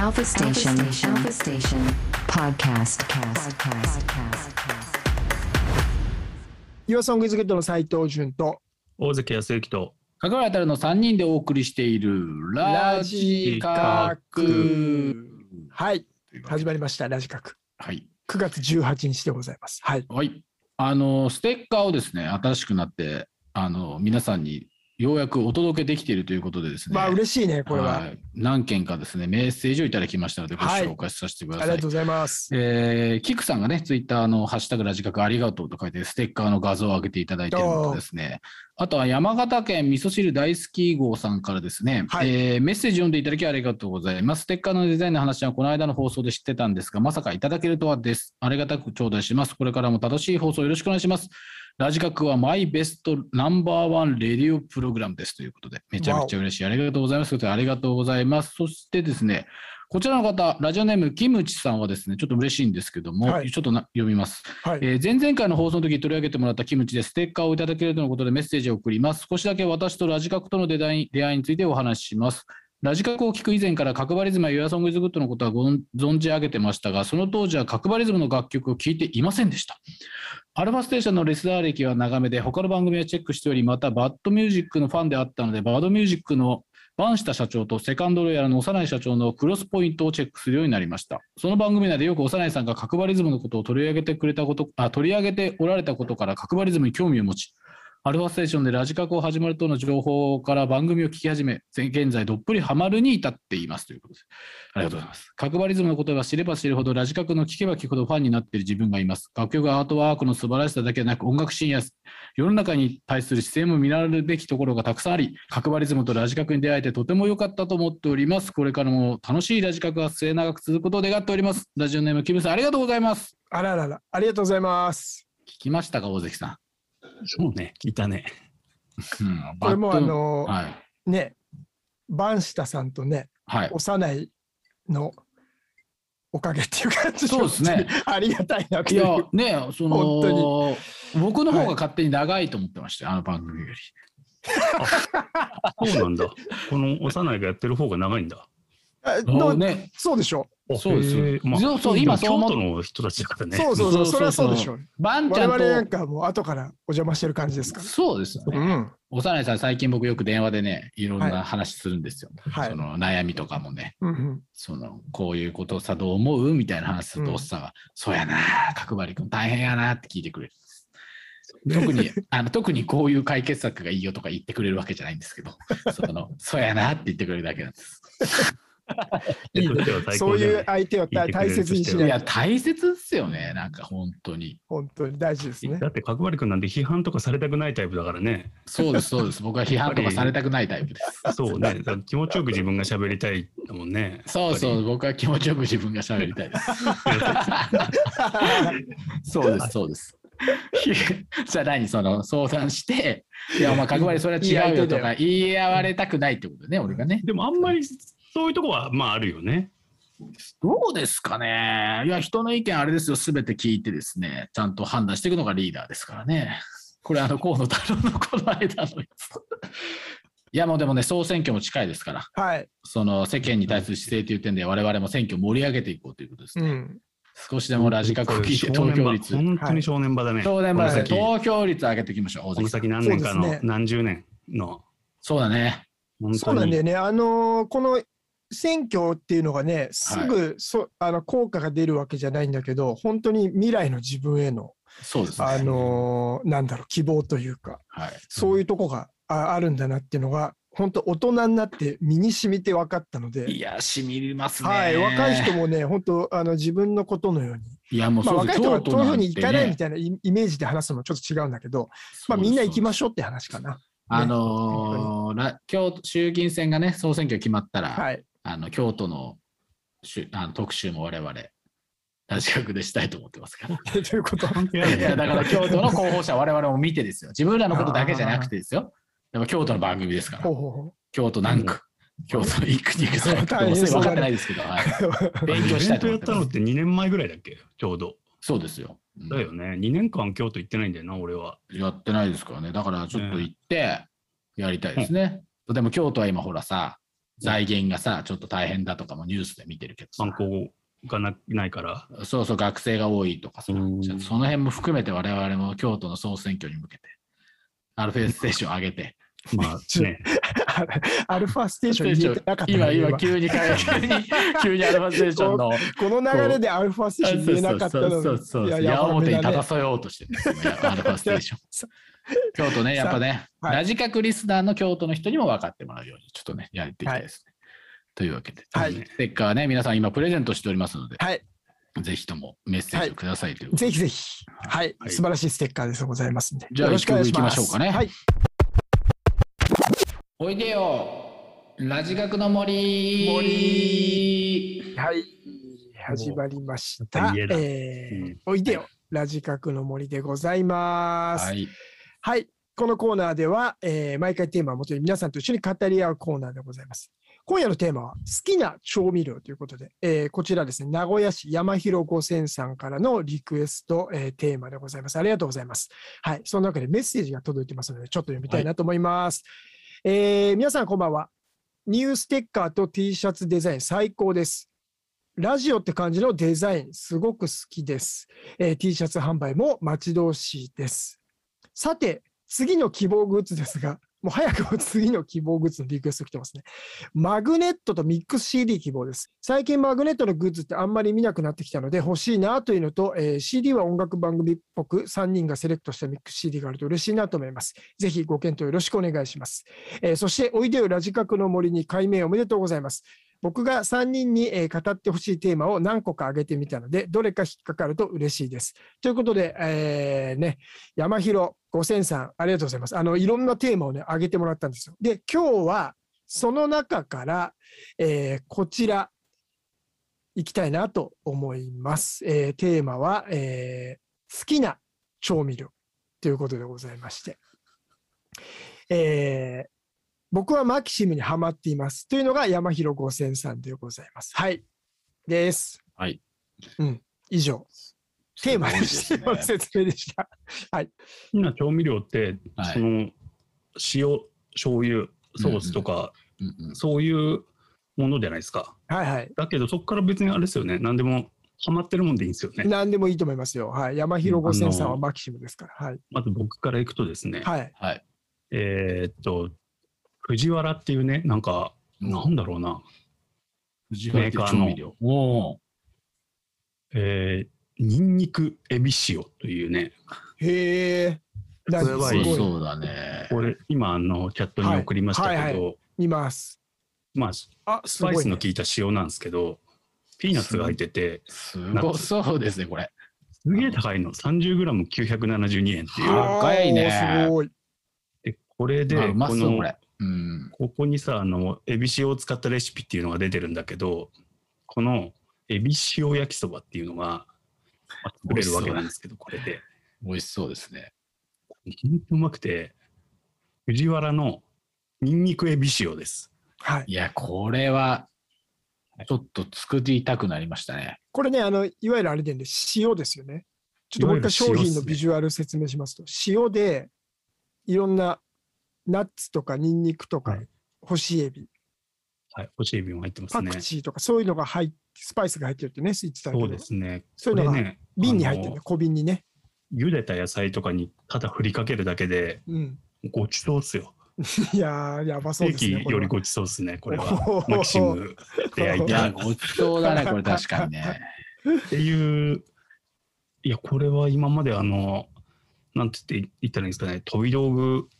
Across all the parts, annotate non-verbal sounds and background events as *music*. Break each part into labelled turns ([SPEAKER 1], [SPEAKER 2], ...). [SPEAKER 1] Alpha Station. Alpha Station. Podcast. Podcast.
[SPEAKER 2] 岩ソングイズゲットの斉藤潤と、
[SPEAKER 3] 大関康之と、
[SPEAKER 4] 香川たるの3人でお送りしているラジカク。
[SPEAKER 2] はい、始まりました、ラジカク。
[SPEAKER 4] はい。
[SPEAKER 2] 9月18日でございます。はい。
[SPEAKER 4] はい。あの、ステッカーをですね、新しくなって、あの、皆さんにようやくお届けできているということでですね。
[SPEAKER 2] まあ、嬉しいね、これは。
[SPEAKER 4] い何件かですね、メッセージをいただきましたので、ご紹介させてくだ
[SPEAKER 2] あ
[SPEAKER 4] さ
[SPEAKER 2] り
[SPEAKER 4] い。
[SPEAKER 2] がとうございます。
[SPEAKER 4] えーキクさんがね、ツイッターのハッシュタグラジカクありがとうと書いて、ステッカーの画像を上げていただいているのとですね、あとは山形県味噌汁大好き号さんからですね、
[SPEAKER 2] はい
[SPEAKER 4] えーメッセージ読んでいただきありがとうございます。ステッカーのデザインの話はこの間の放送で知ってたんですが、まさかいただけるとはです。ありがたく頂戴します。これからも楽しい放送よろしくお願いします。ラジカクはマイベストナンバーワンレディオプログラムですということで、めちゃめちゃ嬉しい。ありがとうございます。ということでありがとうございます。そしてですね、こちらの方、ラジオネーム、キムチさんはですね、ちょっと嬉しいんですけども、
[SPEAKER 2] はい
[SPEAKER 4] ちょっとな読みます、
[SPEAKER 2] はい。
[SPEAKER 4] えー前々回の放送の時取り上げてもらったキムチでステッカーをいただけるとのことでメッセージを送ります。少しだけ私とラジカクとの出会い出会いについてお話しします。ラジカクを聞く以前から角張リズムやユアソングイズグッドのことはご存存じ上げてましたが、その当時は角張リズムの楽曲を聴いていませんでした。アルファステーションのレスナー歴は長めで、他の番組はチェックしており、またバッドミュージックのファンであったので、バッドミュージックのバンシタ社長とセカンドロイヤルの幼い社長のクロスポイントをチェックするようになりました。その番組内でよく幼いさんが角張リズムのことを取り上げてくれたこと、 *laughs* あ取り上げておられたことから角張リズムに興味を持ち、アルファステーションでラジカクを始まるとの情報から番組を聞き始め、全現在どっぷりハマるに至っていますということです。ありがとうございます。角張リズムのことは知れば知るほど、ラジカクの聴けば聴くほどファンになっている自分がいます。楽曲、アートワークの素晴らしさだけでなく、音楽シーンや世の中に対する姿勢も見られるべきところがたくさんあり、角張リズムとラジカクに出会えてとても良かったと思っております。これからも楽しいラジカクが末永く続くことを願っております。ラジオネーム、キムさん、ありがとうございます。
[SPEAKER 2] あららら、ありがとうございます。
[SPEAKER 4] 聞きましたか、大関さ
[SPEAKER 3] そうね、聞いたね。
[SPEAKER 4] ん。うん
[SPEAKER 2] *laughs* これもうあ、
[SPEAKER 4] バッ
[SPEAKER 2] の
[SPEAKER 4] ドはい。
[SPEAKER 2] ね、バンシタさんとね、
[SPEAKER 4] はい。
[SPEAKER 2] 幼いのおかげっていう感じ
[SPEAKER 4] そうですね。
[SPEAKER 2] *laughs* ありがたいなって
[SPEAKER 4] い
[SPEAKER 2] い
[SPEAKER 4] や
[SPEAKER 2] う。、
[SPEAKER 4] ね、そ
[SPEAKER 2] 本
[SPEAKER 4] の、僕の方が勝手に長いと思ってましたよ、あの番組より。
[SPEAKER 3] そうなんだ。 *laughs* この幼いがやってる方が長いんだ。
[SPEAKER 2] あ
[SPEAKER 4] も
[SPEAKER 2] の
[SPEAKER 4] うね、
[SPEAKER 2] そうでしょ。
[SPEAKER 4] そうです
[SPEAKER 3] へえまあ、
[SPEAKER 4] そうそう今そう思
[SPEAKER 3] 京
[SPEAKER 4] っ
[SPEAKER 3] 都の人たちだからね。
[SPEAKER 2] そうそうそう、そ
[SPEAKER 4] そうそうそう
[SPEAKER 2] れはそうでしょう。
[SPEAKER 4] バンち
[SPEAKER 2] 我
[SPEAKER 4] ゃ
[SPEAKER 2] 々なん
[SPEAKER 4] ん
[SPEAKER 2] かもう後からお邪魔してる感じです
[SPEAKER 4] と、
[SPEAKER 2] か
[SPEAKER 4] そうですよ
[SPEAKER 2] ら。
[SPEAKER 4] ね。
[SPEAKER 2] うん。
[SPEAKER 4] 幼いさん、最近僕よく電話でね、いろん
[SPEAKER 2] は
[SPEAKER 4] な話するんですよ。
[SPEAKER 2] はい
[SPEAKER 4] そ。の悩みとかもね、
[SPEAKER 2] うんうん
[SPEAKER 4] その、こういうことさ、どう思うみたいな話する
[SPEAKER 2] う
[SPEAKER 4] と、
[SPEAKER 2] ん
[SPEAKER 4] おっさんは、そうやな、角張り君大変やなって聞いてくれる。特に、 *laughs* あの、特にこういう解決策がいいよとか言ってくれるわけじゃないんです
[SPEAKER 3] *laughs*
[SPEAKER 4] けど、その、そうやなって言ってくれるだけなんです。
[SPEAKER 3] いいね
[SPEAKER 2] そういう相手を大大切にし
[SPEAKER 4] い
[SPEAKER 2] ない。
[SPEAKER 4] や、大切ですよね、なんか本当に。
[SPEAKER 2] 本当に大事ですね
[SPEAKER 3] だ。って角張君なんて批判とかされたくないタイプだからね。
[SPEAKER 4] そうです、そうです。僕は批判とかされたくないタイプです。
[SPEAKER 3] そうね。だから気持ちよく自分が喋りたいだもんね。
[SPEAKER 4] そうそ
[SPEAKER 3] やっ
[SPEAKER 4] う、僕は気持ちよく自分が喋りたいです。 *laughs* そうです、そうです。じゃあ何、その相談して、いや、お前、角張りそれは違うよとか言い合われたくないってことね、俺が
[SPEAKER 3] ぱ
[SPEAKER 4] ね
[SPEAKER 3] り。でもあんまりそういうとこはまああるよね。
[SPEAKER 4] どうですかね。いや、人の意見あれですよ、すべて聞いてですね、ちゃんと判断していくのがリーダーですからね。これ、あの、河野太郎のこの間のやつ。 *laughs* いや、もうでもね、総選挙も近いですから。
[SPEAKER 2] はい。
[SPEAKER 4] その世間に対する姿勢という点で我々も選挙を盛り上げていこうということです
[SPEAKER 2] う
[SPEAKER 4] ね。
[SPEAKER 2] ん。
[SPEAKER 4] 少しでもラジカクを聞いて
[SPEAKER 3] これ
[SPEAKER 4] 投票率。
[SPEAKER 3] 正念場本当に正念場だね。
[SPEAKER 4] そうだね、
[SPEAKER 3] この
[SPEAKER 4] まず
[SPEAKER 3] 先、
[SPEAKER 4] 投票率上げていきましょう、大
[SPEAKER 3] この
[SPEAKER 4] 関さん。
[SPEAKER 3] 先何年か
[SPEAKER 2] そうで
[SPEAKER 3] の
[SPEAKER 2] すね
[SPEAKER 3] 何十年の。
[SPEAKER 4] そうだね。
[SPEAKER 3] 本
[SPEAKER 2] そ
[SPEAKER 3] 当
[SPEAKER 2] うなん
[SPEAKER 3] に
[SPEAKER 2] だよね。あのーこの選挙っていうのがね、すぐそ、あの効果が出るわけじゃないんだけど、本当に未来の自分への、
[SPEAKER 4] そうですね。
[SPEAKER 2] あのーなんだろう、希望というか、
[SPEAKER 4] はい。
[SPEAKER 2] そういうとこがああるんだなっていうのが、本当大人になって身に染みて分かったので、
[SPEAKER 4] いや、しみりますね。
[SPEAKER 2] はい、若い人。もね、本当あの自分のことのように、
[SPEAKER 4] いや、もう
[SPEAKER 2] まあ、
[SPEAKER 4] そう
[SPEAKER 2] 若
[SPEAKER 4] で
[SPEAKER 2] い
[SPEAKER 4] す、
[SPEAKER 2] 人が
[SPEAKER 4] 京
[SPEAKER 2] 投
[SPEAKER 4] 都
[SPEAKER 2] 票
[SPEAKER 4] んて
[SPEAKER 2] に行かない
[SPEAKER 4] ね
[SPEAKER 2] みたいなイイメージで話すのもちょっと違うんだけど、まあ、
[SPEAKER 4] そうです
[SPEAKER 2] みんな行きましょうって話かな。
[SPEAKER 4] あのーら京都衆議院選がね、総選挙決まったら、
[SPEAKER 2] はい。
[SPEAKER 4] あの京都のしあの特集も我々、ラジカクでした *laughs* いと思ってま
[SPEAKER 2] *laughs*
[SPEAKER 4] すから。
[SPEAKER 2] ということ。
[SPEAKER 3] 関係あ
[SPEAKER 4] いや
[SPEAKER 3] る
[SPEAKER 4] だ
[SPEAKER 3] ね。
[SPEAKER 4] から京都の候補者我々も見てですよ。自分らのことだけじゃなくてですよ。でも京都の番組ですか
[SPEAKER 2] ほう
[SPEAKER 4] ら。
[SPEAKER 2] ほうほ
[SPEAKER 4] 京都何区、京都一区二
[SPEAKER 3] *laughs*
[SPEAKER 4] 区三区とか
[SPEAKER 2] 大変そうだね
[SPEAKER 4] 分かってないですけど、はい、勉強したいと
[SPEAKER 3] イベントやっ
[SPEAKER 4] 思って
[SPEAKER 3] た
[SPEAKER 4] ま
[SPEAKER 3] のっ
[SPEAKER 4] す。
[SPEAKER 3] て2年前ぐらいだっけちょうど。
[SPEAKER 4] そうですよ、うん
[SPEAKER 3] だよね。2年間京都行ってないんだよな、俺は。
[SPEAKER 4] やってないですからね。だからちょっと行ってやりたいですね。でも京都は今ほらさ、財源がさ、ちょっと大変だとかもニュースで見てるけどさ
[SPEAKER 3] 参考がなない
[SPEAKER 4] *laughs*
[SPEAKER 3] から。
[SPEAKER 4] そうそう、学生が多いとかさ、
[SPEAKER 3] うん
[SPEAKER 4] ちょっとその辺も含めて我々も京都の総選挙に向けて、アルフェステーション上げて、
[SPEAKER 3] まあね。
[SPEAKER 2] アルファステーション言えてなかった
[SPEAKER 4] 今、
[SPEAKER 2] な
[SPEAKER 4] 今、急に変え、急に、急にアルファステーションの、
[SPEAKER 2] この流れでアルファステーション言えなかった
[SPEAKER 4] そうそうそうそ
[SPEAKER 2] の
[SPEAKER 4] う
[SPEAKER 2] い
[SPEAKER 4] そう、
[SPEAKER 2] や
[SPEAKER 4] 矢面に
[SPEAKER 2] やばめ
[SPEAKER 4] 立
[SPEAKER 2] だね
[SPEAKER 4] たせようとしてるんですよ、今アルファステーショ *laughs* ン。京都ね、やっぱね、
[SPEAKER 2] はい
[SPEAKER 4] ラジカクリスナーの京都の人にも分かってもらうように、ちょっとね、やっていきたいですね。というわけで、
[SPEAKER 2] はい
[SPEAKER 4] ステッカーね、皆さん今プレゼントしておりますので、
[SPEAKER 2] はい
[SPEAKER 4] ぜひともメッセージをくださいということで
[SPEAKER 2] ぜひぜひ、はい、
[SPEAKER 3] はい
[SPEAKER 2] 素晴らしいステッカーですございますんで。
[SPEAKER 4] じゃあ
[SPEAKER 2] よろしくお願いします。
[SPEAKER 4] 一曲いきましょうかね
[SPEAKER 2] はい、
[SPEAKER 4] おいでよラジ学の森
[SPEAKER 2] 森はい、始まりました。
[SPEAKER 3] やっぱ家だ
[SPEAKER 2] えー
[SPEAKER 3] うん
[SPEAKER 2] おいでよ、ラジカクの森でございます。は、
[SPEAKER 4] はいい、
[SPEAKER 2] このコーナーでは、えー毎回テーマをもとに皆さんと一緒に語り合うコーナーでございます。今夜のテーマは好きな調味料ということで、えーこちらですね、名古屋市山広五千さんからのリクエスト、えーテーマでございます。ありがとうございます。はい、その中でメッセージが届いてますので、ちょっと読みたいなと思います。えー皆さんこんばんは。ニューステッカーと T シャツデザイン最高です。ラジオって感じのデザインすごく好きです、えー T シャツ販売も待ち遠しいです。さて、次の希望グッズですが、 *laughs* もう早くも次の希望グッズのリクエスト来てますね。マグネットとミックス CD 希望です。最近マグネットのグッズってあんまり見なくなってきたので欲しいなというのと、えー CD は音楽番組っぽく3人がセレクトしたミックス CD があると嬉しいなと思います。ぜひご検討よろしくお願いします。えーそして、おいでよラジカクの森に改名おめでとうございます。僕が3人に、えー語ってほしいテーマを何個か挙げてみたので、どれか引っかかると嬉しいです。ということで、えーね、山広五千さん、ありがとうございます。あの、いろんなテーマをね、挙げてもらったんですよ。で、今日は、その中から、えーこちら、行きたいなと思います。えーテーマは、えー好きな調味料ということでございまして。えー僕はマキシムにハマっています。というのが山広五千さんでございます。はい。です。
[SPEAKER 4] はい。
[SPEAKER 2] うん。以上。テーマですし
[SPEAKER 4] ごいで
[SPEAKER 2] の
[SPEAKER 4] すね
[SPEAKER 2] 説明でした。
[SPEAKER 3] 好きな調味料って、
[SPEAKER 4] はい
[SPEAKER 3] その塩、醤油、ソースとか、
[SPEAKER 4] うんうん
[SPEAKER 3] そういうものじゃないですか。
[SPEAKER 2] はいはい。
[SPEAKER 3] だけどそこから別にあれですよね。何でもハマってるもんでいいんですよね。
[SPEAKER 2] 何でもいいと思いますよ。はい。山広五千さんはマキシムですから。はい。
[SPEAKER 3] まず僕から行くとですね。
[SPEAKER 2] はい。
[SPEAKER 4] はい、
[SPEAKER 3] えーっと藤原っていうねなんかなんだろうな、
[SPEAKER 4] 藤原
[SPEAKER 3] メーカーの
[SPEAKER 4] 調味料おー
[SPEAKER 3] えー、ニンニクエビ塩というね
[SPEAKER 2] へえ。
[SPEAKER 3] これは
[SPEAKER 2] す
[SPEAKER 3] いい
[SPEAKER 4] そう
[SPEAKER 2] ごい。
[SPEAKER 4] そうだね
[SPEAKER 3] これ今あのチャットに送りましたけど、
[SPEAKER 2] はいはい見ます。
[SPEAKER 3] まあ
[SPEAKER 2] あ、
[SPEAKER 3] ス
[SPEAKER 2] すご
[SPEAKER 3] パ
[SPEAKER 2] い、
[SPEAKER 3] イ
[SPEAKER 2] ね。
[SPEAKER 3] スの効いた塩なんですけどピーナッツが入ってて
[SPEAKER 4] すごいそうですねこれ
[SPEAKER 3] すげえ高いの 30g972 円っていう
[SPEAKER 4] は深いね
[SPEAKER 2] あーすごい。
[SPEAKER 3] でこれで
[SPEAKER 4] あうま
[SPEAKER 3] こ
[SPEAKER 4] そう
[SPEAKER 3] の
[SPEAKER 4] これうん
[SPEAKER 3] ここにさあのエビ塩を使ったレシピっていうのが出てるんだけどこのエビ塩焼きそばっていうのがまあ作れるわけなんですけどこれで。
[SPEAKER 4] 美味しそうですね
[SPEAKER 3] 本当うまくて、藤原のニンニクエビ塩です。
[SPEAKER 2] はい。
[SPEAKER 4] いやこれはちょっと作りたくなりましたね
[SPEAKER 2] これね、あの、いわゆるあれでね、塩ですよね。ちょっともう一回
[SPEAKER 3] い
[SPEAKER 2] 商
[SPEAKER 3] わゆる塩っすね
[SPEAKER 2] 品のビジュアル説明しますと、塩で、いろんなナッツとかニンニクとか、
[SPEAKER 3] はい
[SPEAKER 2] 干しエビ、
[SPEAKER 3] はい、干しエビも入ってます
[SPEAKER 2] パ
[SPEAKER 3] ね
[SPEAKER 2] ク。チーとか、そういうのが入って、スパイスが入ってるってね、スイッチされ
[SPEAKER 3] そ
[SPEAKER 2] て
[SPEAKER 3] う
[SPEAKER 2] る
[SPEAKER 3] ですね。
[SPEAKER 2] そういうのが
[SPEAKER 3] これね、
[SPEAKER 2] 瓶に入ってる
[SPEAKER 3] あ
[SPEAKER 2] ね
[SPEAKER 3] の、
[SPEAKER 2] 小瓶にね。
[SPEAKER 3] 茹でた野菜とかにただ振りかけるだけで、
[SPEAKER 2] うん。
[SPEAKER 3] ごちそうっすよ。
[SPEAKER 2] いやー、やばそ
[SPEAKER 3] ケ
[SPEAKER 2] う
[SPEAKER 3] ー
[SPEAKER 2] です
[SPEAKER 3] キ
[SPEAKER 2] ね。これ
[SPEAKER 3] よ
[SPEAKER 2] は
[SPEAKER 3] りごちそうっすね、これ
[SPEAKER 2] お
[SPEAKER 3] は。
[SPEAKER 2] ー
[SPEAKER 3] マキシムで焼い
[SPEAKER 2] *laughs*
[SPEAKER 4] い
[SPEAKER 3] て。
[SPEAKER 4] やごちそうだねこれ確かにね
[SPEAKER 3] っていう、いや、これは今まであの、なんて言って言ったらいいんですかね、飛び道具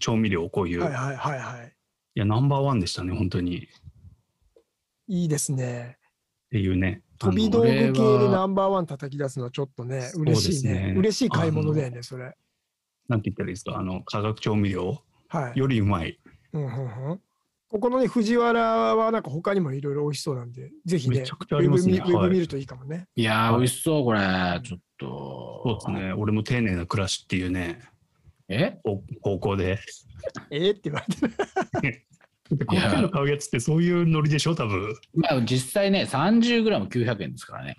[SPEAKER 3] 調味料、こういう。
[SPEAKER 2] はい
[SPEAKER 3] い、
[SPEAKER 2] はいはいはい。
[SPEAKER 3] や、ナンバーワンでしたね、本当に。っ
[SPEAKER 2] いいですね。
[SPEAKER 3] ていうね。
[SPEAKER 2] 飛
[SPEAKER 3] あの
[SPEAKER 2] び道具系
[SPEAKER 4] これ
[SPEAKER 2] で
[SPEAKER 4] は
[SPEAKER 2] ナンバーワン叩き出すのはちょっとね、
[SPEAKER 3] そうで
[SPEAKER 2] 嬉
[SPEAKER 3] すね
[SPEAKER 2] しいね。嬉しい買い物だよね、それ。
[SPEAKER 3] なんて言ったらいいですか、あの、化学調味料
[SPEAKER 2] はい。
[SPEAKER 3] よりうまい。
[SPEAKER 2] うんうんうんここのね、藤原はなんか他にもいろいろ美味しそうなんで、ぜひね、
[SPEAKER 3] めちゃくちゃありますね
[SPEAKER 2] ウェブ見ウェブ
[SPEAKER 3] はい
[SPEAKER 2] 見るといいかもね。
[SPEAKER 4] いやー美味しそうこれちょっ
[SPEAKER 3] そう
[SPEAKER 4] と
[SPEAKER 3] ですね。俺も丁寧な暮らしっていうね、
[SPEAKER 4] え
[SPEAKER 3] お高校で。
[SPEAKER 2] ええって言われてる。
[SPEAKER 3] 高校の買うやつってそういうノリでしょ、多分。
[SPEAKER 4] まあ実際ね 30g900 円ですからね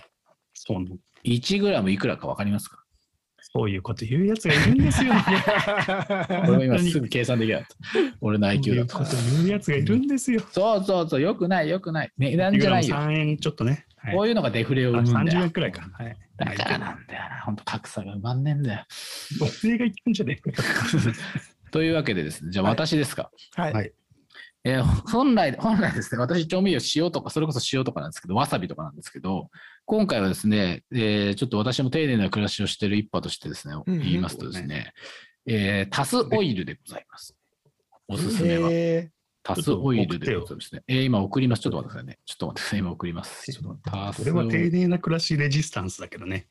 [SPEAKER 3] そうなの
[SPEAKER 4] 1g いくらか分かりますか
[SPEAKER 3] そういうこと言うやつがいるんですよ。
[SPEAKER 4] *laughs* 俺も今すぐ計算できなかった。俺の
[SPEAKER 3] そうい
[SPEAKER 4] IQ だ
[SPEAKER 3] うこ
[SPEAKER 4] か
[SPEAKER 3] と
[SPEAKER 4] ら。
[SPEAKER 3] 言うやつがいるんですよ。
[SPEAKER 4] そうそうそう、よくないよくない。値段
[SPEAKER 3] いく
[SPEAKER 4] じゃ
[SPEAKER 3] ら
[SPEAKER 4] な
[SPEAKER 3] も
[SPEAKER 4] いよ。
[SPEAKER 3] 3円ちょっとね。はい
[SPEAKER 4] こういうのがデフレを
[SPEAKER 3] あ
[SPEAKER 4] 生むんだ
[SPEAKER 3] 30
[SPEAKER 4] よ
[SPEAKER 3] 円。くらいか。はい。
[SPEAKER 4] だからなんだよな。本当格差が埋まんねえんだよ。
[SPEAKER 3] お世が言ったんじゃねえか。
[SPEAKER 4] というわけでですね、じゃあ
[SPEAKER 2] はい
[SPEAKER 4] 私ですか。
[SPEAKER 2] *laughs* はい。
[SPEAKER 3] は
[SPEAKER 2] はいい。
[SPEAKER 4] えー *laughs* 本来、本来ですね、私、調味料、塩とか、それこそ塩とかなんですけど、わさびとかなんですけど、今回はですね、えーちょっと私も丁寧な暮らしをしている一派としてですね、
[SPEAKER 2] うんうん
[SPEAKER 4] 言いますとですね、えー足すオイルでございます。おすすめは。
[SPEAKER 2] え
[SPEAKER 4] 足すオイルでございますね。えー今送ります。ちょっと待ってくださいね。ちょっと待ってください。今送ります。 *laughs* ちょっと待って
[SPEAKER 3] これは丁寧な暮らしレジスタンスだけどね。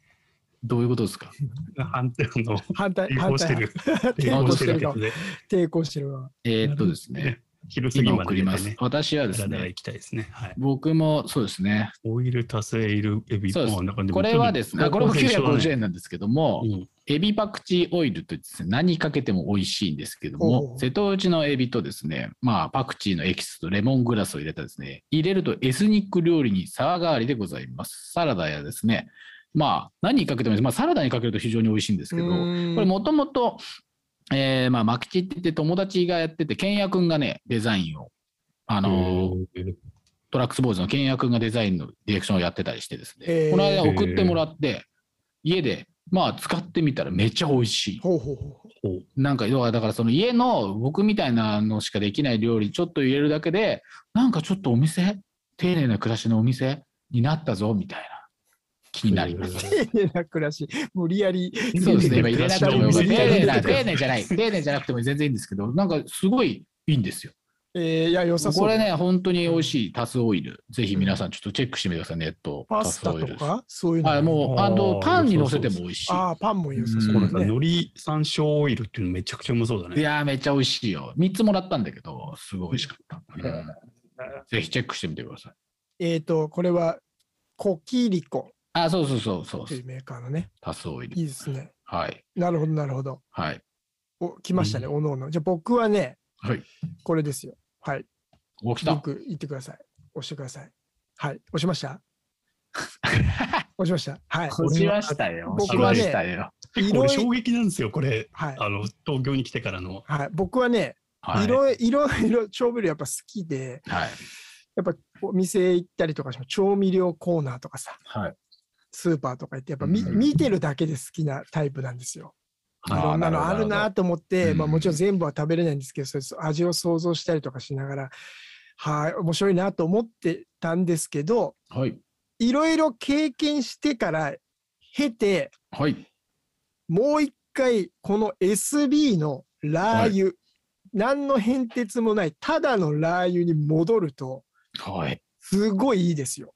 [SPEAKER 4] どういうことですか
[SPEAKER 3] 反対の
[SPEAKER 2] ー、反対、
[SPEAKER 3] 抵
[SPEAKER 2] 反
[SPEAKER 3] 抗して
[SPEAKER 2] 対
[SPEAKER 3] る。。
[SPEAKER 2] 抵
[SPEAKER 3] 抵
[SPEAKER 2] 抗
[SPEAKER 3] 抗
[SPEAKER 2] し
[SPEAKER 3] してて
[SPEAKER 2] る
[SPEAKER 3] るけど
[SPEAKER 2] か。
[SPEAKER 3] ね。
[SPEAKER 2] 抵抗してるわ。
[SPEAKER 4] えーっとですね、。
[SPEAKER 3] 昼過ぎ
[SPEAKER 4] 今
[SPEAKER 3] ま
[SPEAKER 4] 送
[SPEAKER 3] で
[SPEAKER 4] り
[SPEAKER 3] 寝
[SPEAKER 4] ま
[SPEAKER 3] て
[SPEAKER 4] す
[SPEAKER 3] ね。。
[SPEAKER 4] 私はで
[SPEAKER 3] だ
[SPEAKER 4] す
[SPEAKER 3] らだら
[SPEAKER 4] ね、
[SPEAKER 3] 行きたいですね。はい。
[SPEAKER 4] 僕もそうですね、
[SPEAKER 3] オイル足せいるエビ。
[SPEAKER 4] そうです
[SPEAKER 3] もなんかも
[SPEAKER 4] これはですね、あこれも950
[SPEAKER 3] 円。
[SPEAKER 4] 円なんですけども、
[SPEAKER 3] うん
[SPEAKER 4] エビパクチーオイルといってですね何かけても美味しいんですけど
[SPEAKER 2] お
[SPEAKER 4] も、
[SPEAKER 2] う
[SPEAKER 4] 瀬戸内のエビとですね、まあ、パクチーのエキスとレモングラスを入れたですね、入れるとエスニック料理に皿代わりでございます。サラダやですね、まあ、何にかけてもいいです、まあ、サラダにかけると非常に美味しいんですけど、これ
[SPEAKER 2] れ
[SPEAKER 4] もともと、えーまあ、マキチって言って友達がやってて、健也くんがね、デザインを、あのートラックスボーイズの健也君がデザインのディレクションをやってたりしてですね、
[SPEAKER 2] へー
[SPEAKER 4] この間送ってもらって、家で、まあ、使ってみたらめっちゃ美味しい。
[SPEAKER 2] ほうほう *laughs* ほ
[SPEAKER 3] ほう
[SPEAKER 4] なんか、要はだからその家の僕みたいなのしかできない料理ちょっと入れるだけで、なんかちょっとお店、丁寧な暮らしのお店になったぞ、みたいな気に
[SPEAKER 3] *laughs*
[SPEAKER 4] なります。
[SPEAKER 2] う。丁寧な暮らし、無理やり。
[SPEAKER 4] そうですね、今
[SPEAKER 3] 丁寧
[SPEAKER 4] 入れ
[SPEAKER 3] な
[SPEAKER 4] なく
[SPEAKER 3] 暮
[SPEAKER 4] て
[SPEAKER 3] らし
[SPEAKER 4] も
[SPEAKER 3] のお
[SPEAKER 4] よかっ
[SPEAKER 3] 店にな
[SPEAKER 4] た丁寧な、
[SPEAKER 3] ったぞ
[SPEAKER 4] 丁寧じゃない、丁寧じゃなくても全然いいんですけど、なんかすごいいいんですよ。
[SPEAKER 2] えー、いや、良さそう。
[SPEAKER 4] これね、本当に美味しいタスオイル、ぜひ皆さんちょっとチェックしてみてください、ネット。
[SPEAKER 2] パスタ
[SPEAKER 4] タスオイ
[SPEAKER 2] と
[SPEAKER 4] ル
[SPEAKER 2] か、そういうの。
[SPEAKER 4] はい、もう、あ
[SPEAKER 3] あー
[SPEAKER 4] の、パンに乗せても美味しい。
[SPEAKER 2] ああ、パンも良さそう
[SPEAKER 3] こ
[SPEAKER 2] で
[SPEAKER 3] れ
[SPEAKER 2] す
[SPEAKER 3] さ、
[SPEAKER 2] ね。
[SPEAKER 3] 海苔山椒オイルっていうのめちゃくちゃうまそうだね。
[SPEAKER 4] いやー、めっちゃ美味しいよ。3つもらったんだけど、すごい美味しかった。うんぜひチェックしてみてください。
[SPEAKER 2] えっと、これは、コキリコ
[SPEAKER 4] あ、そうそうそうそ
[SPEAKER 2] という
[SPEAKER 4] う。
[SPEAKER 2] メーカーのね。
[SPEAKER 4] タスオイ
[SPEAKER 2] い
[SPEAKER 4] ル。
[SPEAKER 2] いですね。
[SPEAKER 4] はい。
[SPEAKER 2] なるほど、なるほど。
[SPEAKER 4] はい。
[SPEAKER 2] お、来ましたね、
[SPEAKER 3] う
[SPEAKER 2] おのおの。じゃあ僕はね、
[SPEAKER 4] はい。
[SPEAKER 2] これですよ。はい。
[SPEAKER 4] 起きた。
[SPEAKER 2] 僕、言ってください。押してください。はい。押しました押しました。はい。
[SPEAKER 4] 落ちましたよ。
[SPEAKER 2] 僕
[SPEAKER 3] はね
[SPEAKER 4] 落ちましたよ。
[SPEAKER 3] 結構俺衝撃なんですよ、これ。
[SPEAKER 2] はい。
[SPEAKER 3] あの、東京に来てからの。
[SPEAKER 2] はい。僕はね、
[SPEAKER 4] はい
[SPEAKER 2] い、。ろいろいろ調味料やっぱ好きで、
[SPEAKER 4] はい。
[SPEAKER 2] やっぱお店行ったりとかしても調味料コーナーとかさ、
[SPEAKER 4] はい。
[SPEAKER 2] スーパーとか行って、やっぱ見,、
[SPEAKER 4] うん
[SPEAKER 2] 見てるだけで好きなタイプなんですよ。い
[SPEAKER 4] ー
[SPEAKER 2] ろんなのあるな。と思って、
[SPEAKER 4] うん
[SPEAKER 2] まあ、もちろん全部は食べれないんですけど、そうです味を想像したりとかしながら、はい、面白いなと思ってたんですけど、
[SPEAKER 4] ほどはい。
[SPEAKER 2] いろいろ経験してから経て、
[SPEAKER 4] はい。
[SPEAKER 2] もう一回、この SB のラー油、何の変哲もない、ただのラー油に戻ると、
[SPEAKER 4] はい。 *laughs*
[SPEAKER 2] すごいいいですよ。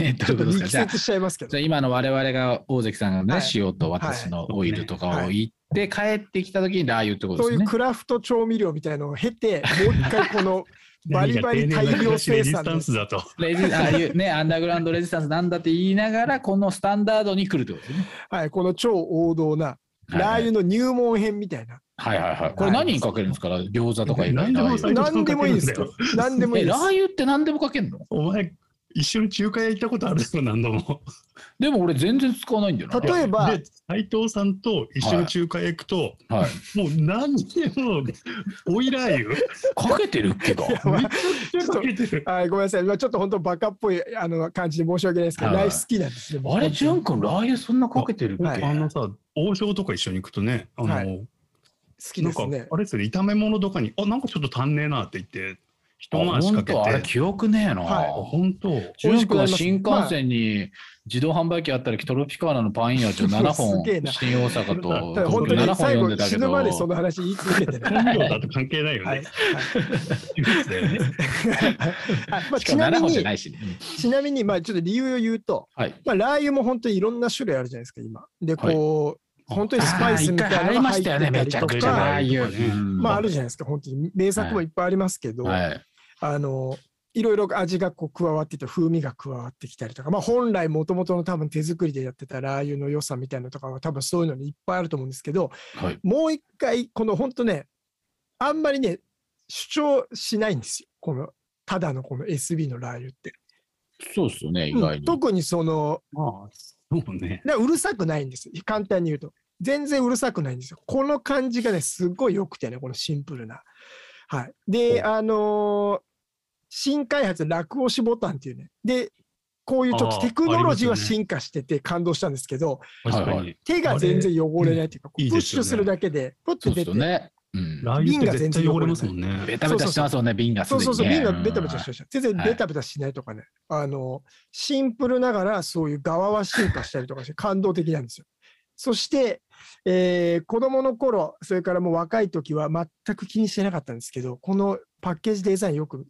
[SPEAKER 4] えど
[SPEAKER 2] ち
[SPEAKER 4] うい
[SPEAKER 2] ょ
[SPEAKER 4] う
[SPEAKER 2] っ
[SPEAKER 4] こととで
[SPEAKER 2] 力
[SPEAKER 4] すかじゃあ
[SPEAKER 2] 説しちゃいますけ
[SPEAKER 4] じ
[SPEAKER 2] ど
[SPEAKER 4] ゃあ。今の我々が大関さんがね、
[SPEAKER 2] はい
[SPEAKER 4] 塩と私のオイルとか
[SPEAKER 2] は
[SPEAKER 4] を
[SPEAKER 2] い
[SPEAKER 4] 言って、帰ってきた時にラー油ってこと
[SPEAKER 2] そう
[SPEAKER 4] で
[SPEAKER 2] い
[SPEAKER 4] す
[SPEAKER 2] う
[SPEAKER 4] ね。
[SPEAKER 2] クラフト調味料みたいのを経て、もう一回この *laughs* バリバリ大量生
[SPEAKER 3] レジス
[SPEAKER 2] 産
[SPEAKER 3] タ
[SPEAKER 2] の
[SPEAKER 3] ンスだと。
[SPEAKER 4] レジああいうね、アンダーグラウンドレジスタンスなんだって言いながら、このスタンダードに来るってことですね。
[SPEAKER 2] はい、この超王道な、
[SPEAKER 4] はい
[SPEAKER 2] ラー油の入門編みたいな。
[SPEAKER 4] はいはいはい。これ何にかけるんですか、餃子とか以
[SPEAKER 3] 何
[SPEAKER 4] 外
[SPEAKER 3] で
[SPEAKER 4] ラ
[SPEAKER 3] も
[SPEAKER 4] ー油
[SPEAKER 3] はい
[SPEAKER 2] 何でもいいです
[SPEAKER 4] *laughs*
[SPEAKER 2] よ。何でもい
[SPEAKER 4] え、
[SPEAKER 2] いで
[SPEAKER 4] ラー
[SPEAKER 2] す。
[SPEAKER 4] 油って何でもかけるの
[SPEAKER 3] お前、一緒に中華屋行ったことあるだろ、何度も。
[SPEAKER 4] でも俺全然使わないんだよな。
[SPEAKER 2] 例えば
[SPEAKER 3] で、斎藤さんと一緒に中華屋行くと、
[SPEAKER 4] はい、
[SPEAKER 3] もう何でも、オイラー
[SPEAKER 2] *laughs*
[SPEAKER 3] 油、
[SPEAKER 4] かけてるけど。
[SPEAKER 2] まあ
[SPEAKER 3] めっちゃかけてる。
[SPEAKER 2] はい、ごめんなさい。まあちょっと本当バカっぽいあの感じで申し訳ないですけど、
[SPEAKER 4] はい
[SPEAKER 2] ライフ好きなんですよ。
[SPEAKER 4] あれ、ジュン君、ラー油そんなかけてるっけ、
[SPEAKER 2] はい
[SPEAKER 3] あのさ、王将とか一緒に行くとね、あの、
[SPEAKER 2] はい好き
[SPEAKER 3] な
[SPEAKER 2] で
[SPEAKER 3] んか、
[SPEAKER 2] すね。
[SPEAKER 3] あれですよね、炒め物とかに、あ、なんかちょっと足んねえなって言って、一回しか
[SPEAKER 4] 本
[SPEAKER 3] け
[SPEAKER 4] 当、あれ、
[SPEAKER 3] て、
[SPEAKER 4] 記憶ねえな。
[SPEAKER 2] はい
[SPEAKER 3] あ本当、
[SPEAKER 4] ジュン君は新幹線に自動販売機あったり、トロピカーナのパン屋ちょ
[SPEAKER 2] *laughs*
[SPEAKER 4] 7
[SPEAKER 2] す
[SPEAKER 4] 本、
[SPEAKER 2] げえな
[SPEAKER 4] 新大阪と
[SPEAKER 2] ただ本当
[SPEAKER 4] 7
[SPEAKER 2] に最
[SPEAKER 4] 本読ん
[SPEAKER 2] 後
[SPEAKER 4] でたけ
[SPEAKER 2] 死
[SPEAKER 4] ど
[SPEAKER 2] ぬ、までその話言い続けてる。
[SPEAKER 4] *laughs*
[SPEAKER 3] 本名だと関係ないよね。 *laughs*
[SPEAKER 2] はい。
[SPEAKER 3] だよね
[SPEAKER 2] はいまあ
[SPEAKER 4] しか
[SPEAKER 2] ち
[SPEAKER 4] も
[SPEAKER 2] な
[SPEAKER 4] 7
[SPEAKER 2] み
[SPEAKER 4] 本じゃ
[SPEAKER 2] に
[SPEAKER 4] な、いしね。
[SPEAKER 2] ちなみに、まあちょっと理由を言うと、
[SPEAKER 4] はい。
[SPEAKER 2] まあラー油も本当にいろんな種類あるじゃないですか、今。で、こう、本当にスパイスみたいなのが入ってたりと
[SPEAKER 3] くちゃ
[SPEAKER 2] か、
[SPEAKER 3] ラー油
[SPEAKER 2] まああるじゃないですか、本当に。名作もいっぱいありますけど、
[SPEAKER 4] はい。
[SPEAKER 2] あの、いろいろ味がこう加わってて、風味が加わってきたりとか、まあ本来もともとの多分手作りでやってたラー油の良さみたいなのとかは多分そういうのにいっぱいあると思うんですけど、
[SPEAKER 4] はい。
[SPEAKER 2] もう一回、この本当ね、あんまりね、主張しないんですよ。この、ただのこの SB のラー油って。
[SPEAKER 4] そうですよね、意外
[SPEAKER 2] うん
[SPEAKER 4] に。
[SPEAKER 2] 特にその、
[SPEAKER 3] まあ、そうね。
[SPEAKER 2] なうるさくないんです。簡単に言うと。全然うるさくないんですよ。この感じがね、すごい良くてね、このシンプルな。はい。で、あのー新開発、落押しボタンっていうね。で、こういうちょっ
[SPEAKER 3] あ
[SPEAKER 2] と
[SPEAKER 3] ー
[SPEAKER 2] テクノロジー
[SPEAKER 3] あ
[SPEAKER 2] は
[SPEAKER 3] りますよね
[SPEAKER 2] 進化してて感動したんですけど、
[SPEAKER 3] 確かに、
[SPEAKER 4] はいは
[SPEAKER 2] 手が全然汚れないっていうか、こ
[SPEAKER 3] あれ
[SPEAKER 2] う
[SPEAKER 3] うん
[SPEAKER 2] プッシュするだけで、ポッ
[SPEAKER 4] そ
[SPEAKER 2] と
[SPEAKER 4] うで
[SPEAKER 2] 出て
[SPEAKER 4] すよ、ね。うん。
[SPEAKER 3] ラー油って絶対汚れますもんね。
[SPEAKER 4] ベタベタしてますもんね、瓶がす
[SPEAKER 2] そ
[SPEAKER 4] で
[SPEAKER 2] う
[SPEAKER 4] にね。
[SPEAKER 2] そうそう、瓶がベタベタしてるし、全然
[SPEAKER 4] はい
[SPEAKER 2] ベタベタしないとかね、あの、シンプルながらそういう側は進化したりとかして *laughs* 感動的なんですよ。そして、えー子供の頃、それからもう若い時は全く気にしてなかったんですけど、このパッケージデザインよく、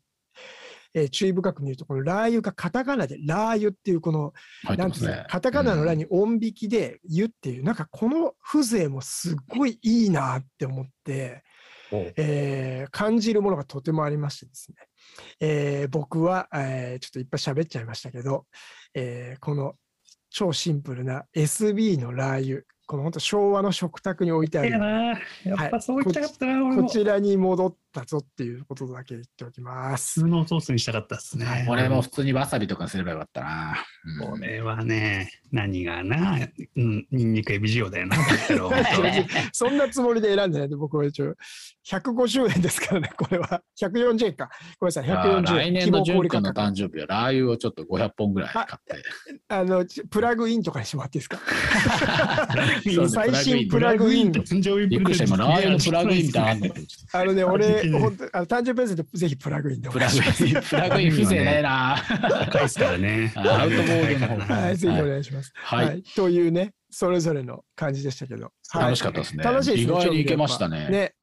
[SPEAKER 2] えー注意深く見ると、このラー油がカタカナで、ラー油っていうこの、
[SPEAKER 4] 入って
[SPEAKER 2] なん
[SPEAKER 4] ま
[SPEAKER 2] てい
[SPEAKER 4] す
[SPEAKER 2] うん
[SPEAKER 4] ね
[SPEAKER 2] ですか、カタカナのラに音引きで、湯っていう、なんかこの風情もすごいいいなって思って、えー感じるものがとてもありましてですね、えー僕は、えーちょっといっぱい喋っちゃいましたけど、えーこの超シンプルな SB のラー油、この本当昭和の食卓に置いてある、
[SPEAKER 3] な。や
[SPEAKER 2] っぱそう
[SPEAKER 3] い
[SPEAKER 2] 行きたかった
[SPEAKER 3] な、
[SPEAKER 2] こちらに戻ったぞっていうことだけ言っておきます
[SPEAKER 3] 普通。のソースにしたかったですね。
[SPEAKER 4] 俺も普通にわさびとかすればよかったな。
[SPEAKER 3] こ
[SPEAKER 4] うん
[SPEAKER 3] れはね、何がな、うん、ニンニクエビ塩だよ
[SPEAKER 2] *laughs*
[SPEAKER 3] な、だけど
[SPEAKER 2] そんなつもりで選んでないんで、僕は一応、150円ですからね、これは。140円か。ごめんなさい、
[SPEAKER 4] あー
[SPEAKER 2] 140
[SPEAKER 4] 来
[SPEAKER 2] 円。
[SPEAKER 4] 年のジュン君
[SPEAKER 2] 価
[SPEAKER 4] の
[SPEAKER 2] 格
[SPEAKER 4] 誕生日はラー油をちょっと500本ぐらい買って。
[SPEAKER 2] あの、ちプラグインとかにしてもらっていい
[SPEAKER 4] *laughs*
[SPEAKER 2] ですか。
[SPEAKER 4] そうね
[SPEAKER 2] 最新プ
[SPEAKER 4] プラ
[SPEAKER 2] ラグインとか
[SPEAKER 3] 誕生日
[SPEAKER 4] びっくりした、今、ラー油のプラグインみたいなのあんの
[SPEAKER 2] あのね、
[SPEAKER 3] マ
[SPEAKER 2] 俺、
[SPEAKER 3] ジで
[SPEAKER 2] 本当あの誕生日プレゼント、ぜひプラグインでお
[SPEAKER 4] プ
[SPEAKER 2] 願
[SPEAKER 4] ラ
[SPEAKER 2] いします。
[SPEAKER 4] グイン、プラグイン風情ね
[SPEAKER 2] *laughs*
[SPEAKER 4] えな。
[SPEAKER 3] 高いですからね。
[SPEAKER 4] あアウトボールの方
[SPEAKER 3] 高いから
[SPEAKER 2] は、
[SPEAKER 3] ない
[SPEAKER 2] ぜひお願いします。
[SPEAKER 4] はい
[SPEAKER 2] というね、それぞれの感じでしたけど。はい
[SPEAKER 4] 楽しかったですね。
[SPEAKER 2] 楽しいですね
[SPEAKER 4] 意外にいけましたね。
[SPEAKER 2] ね、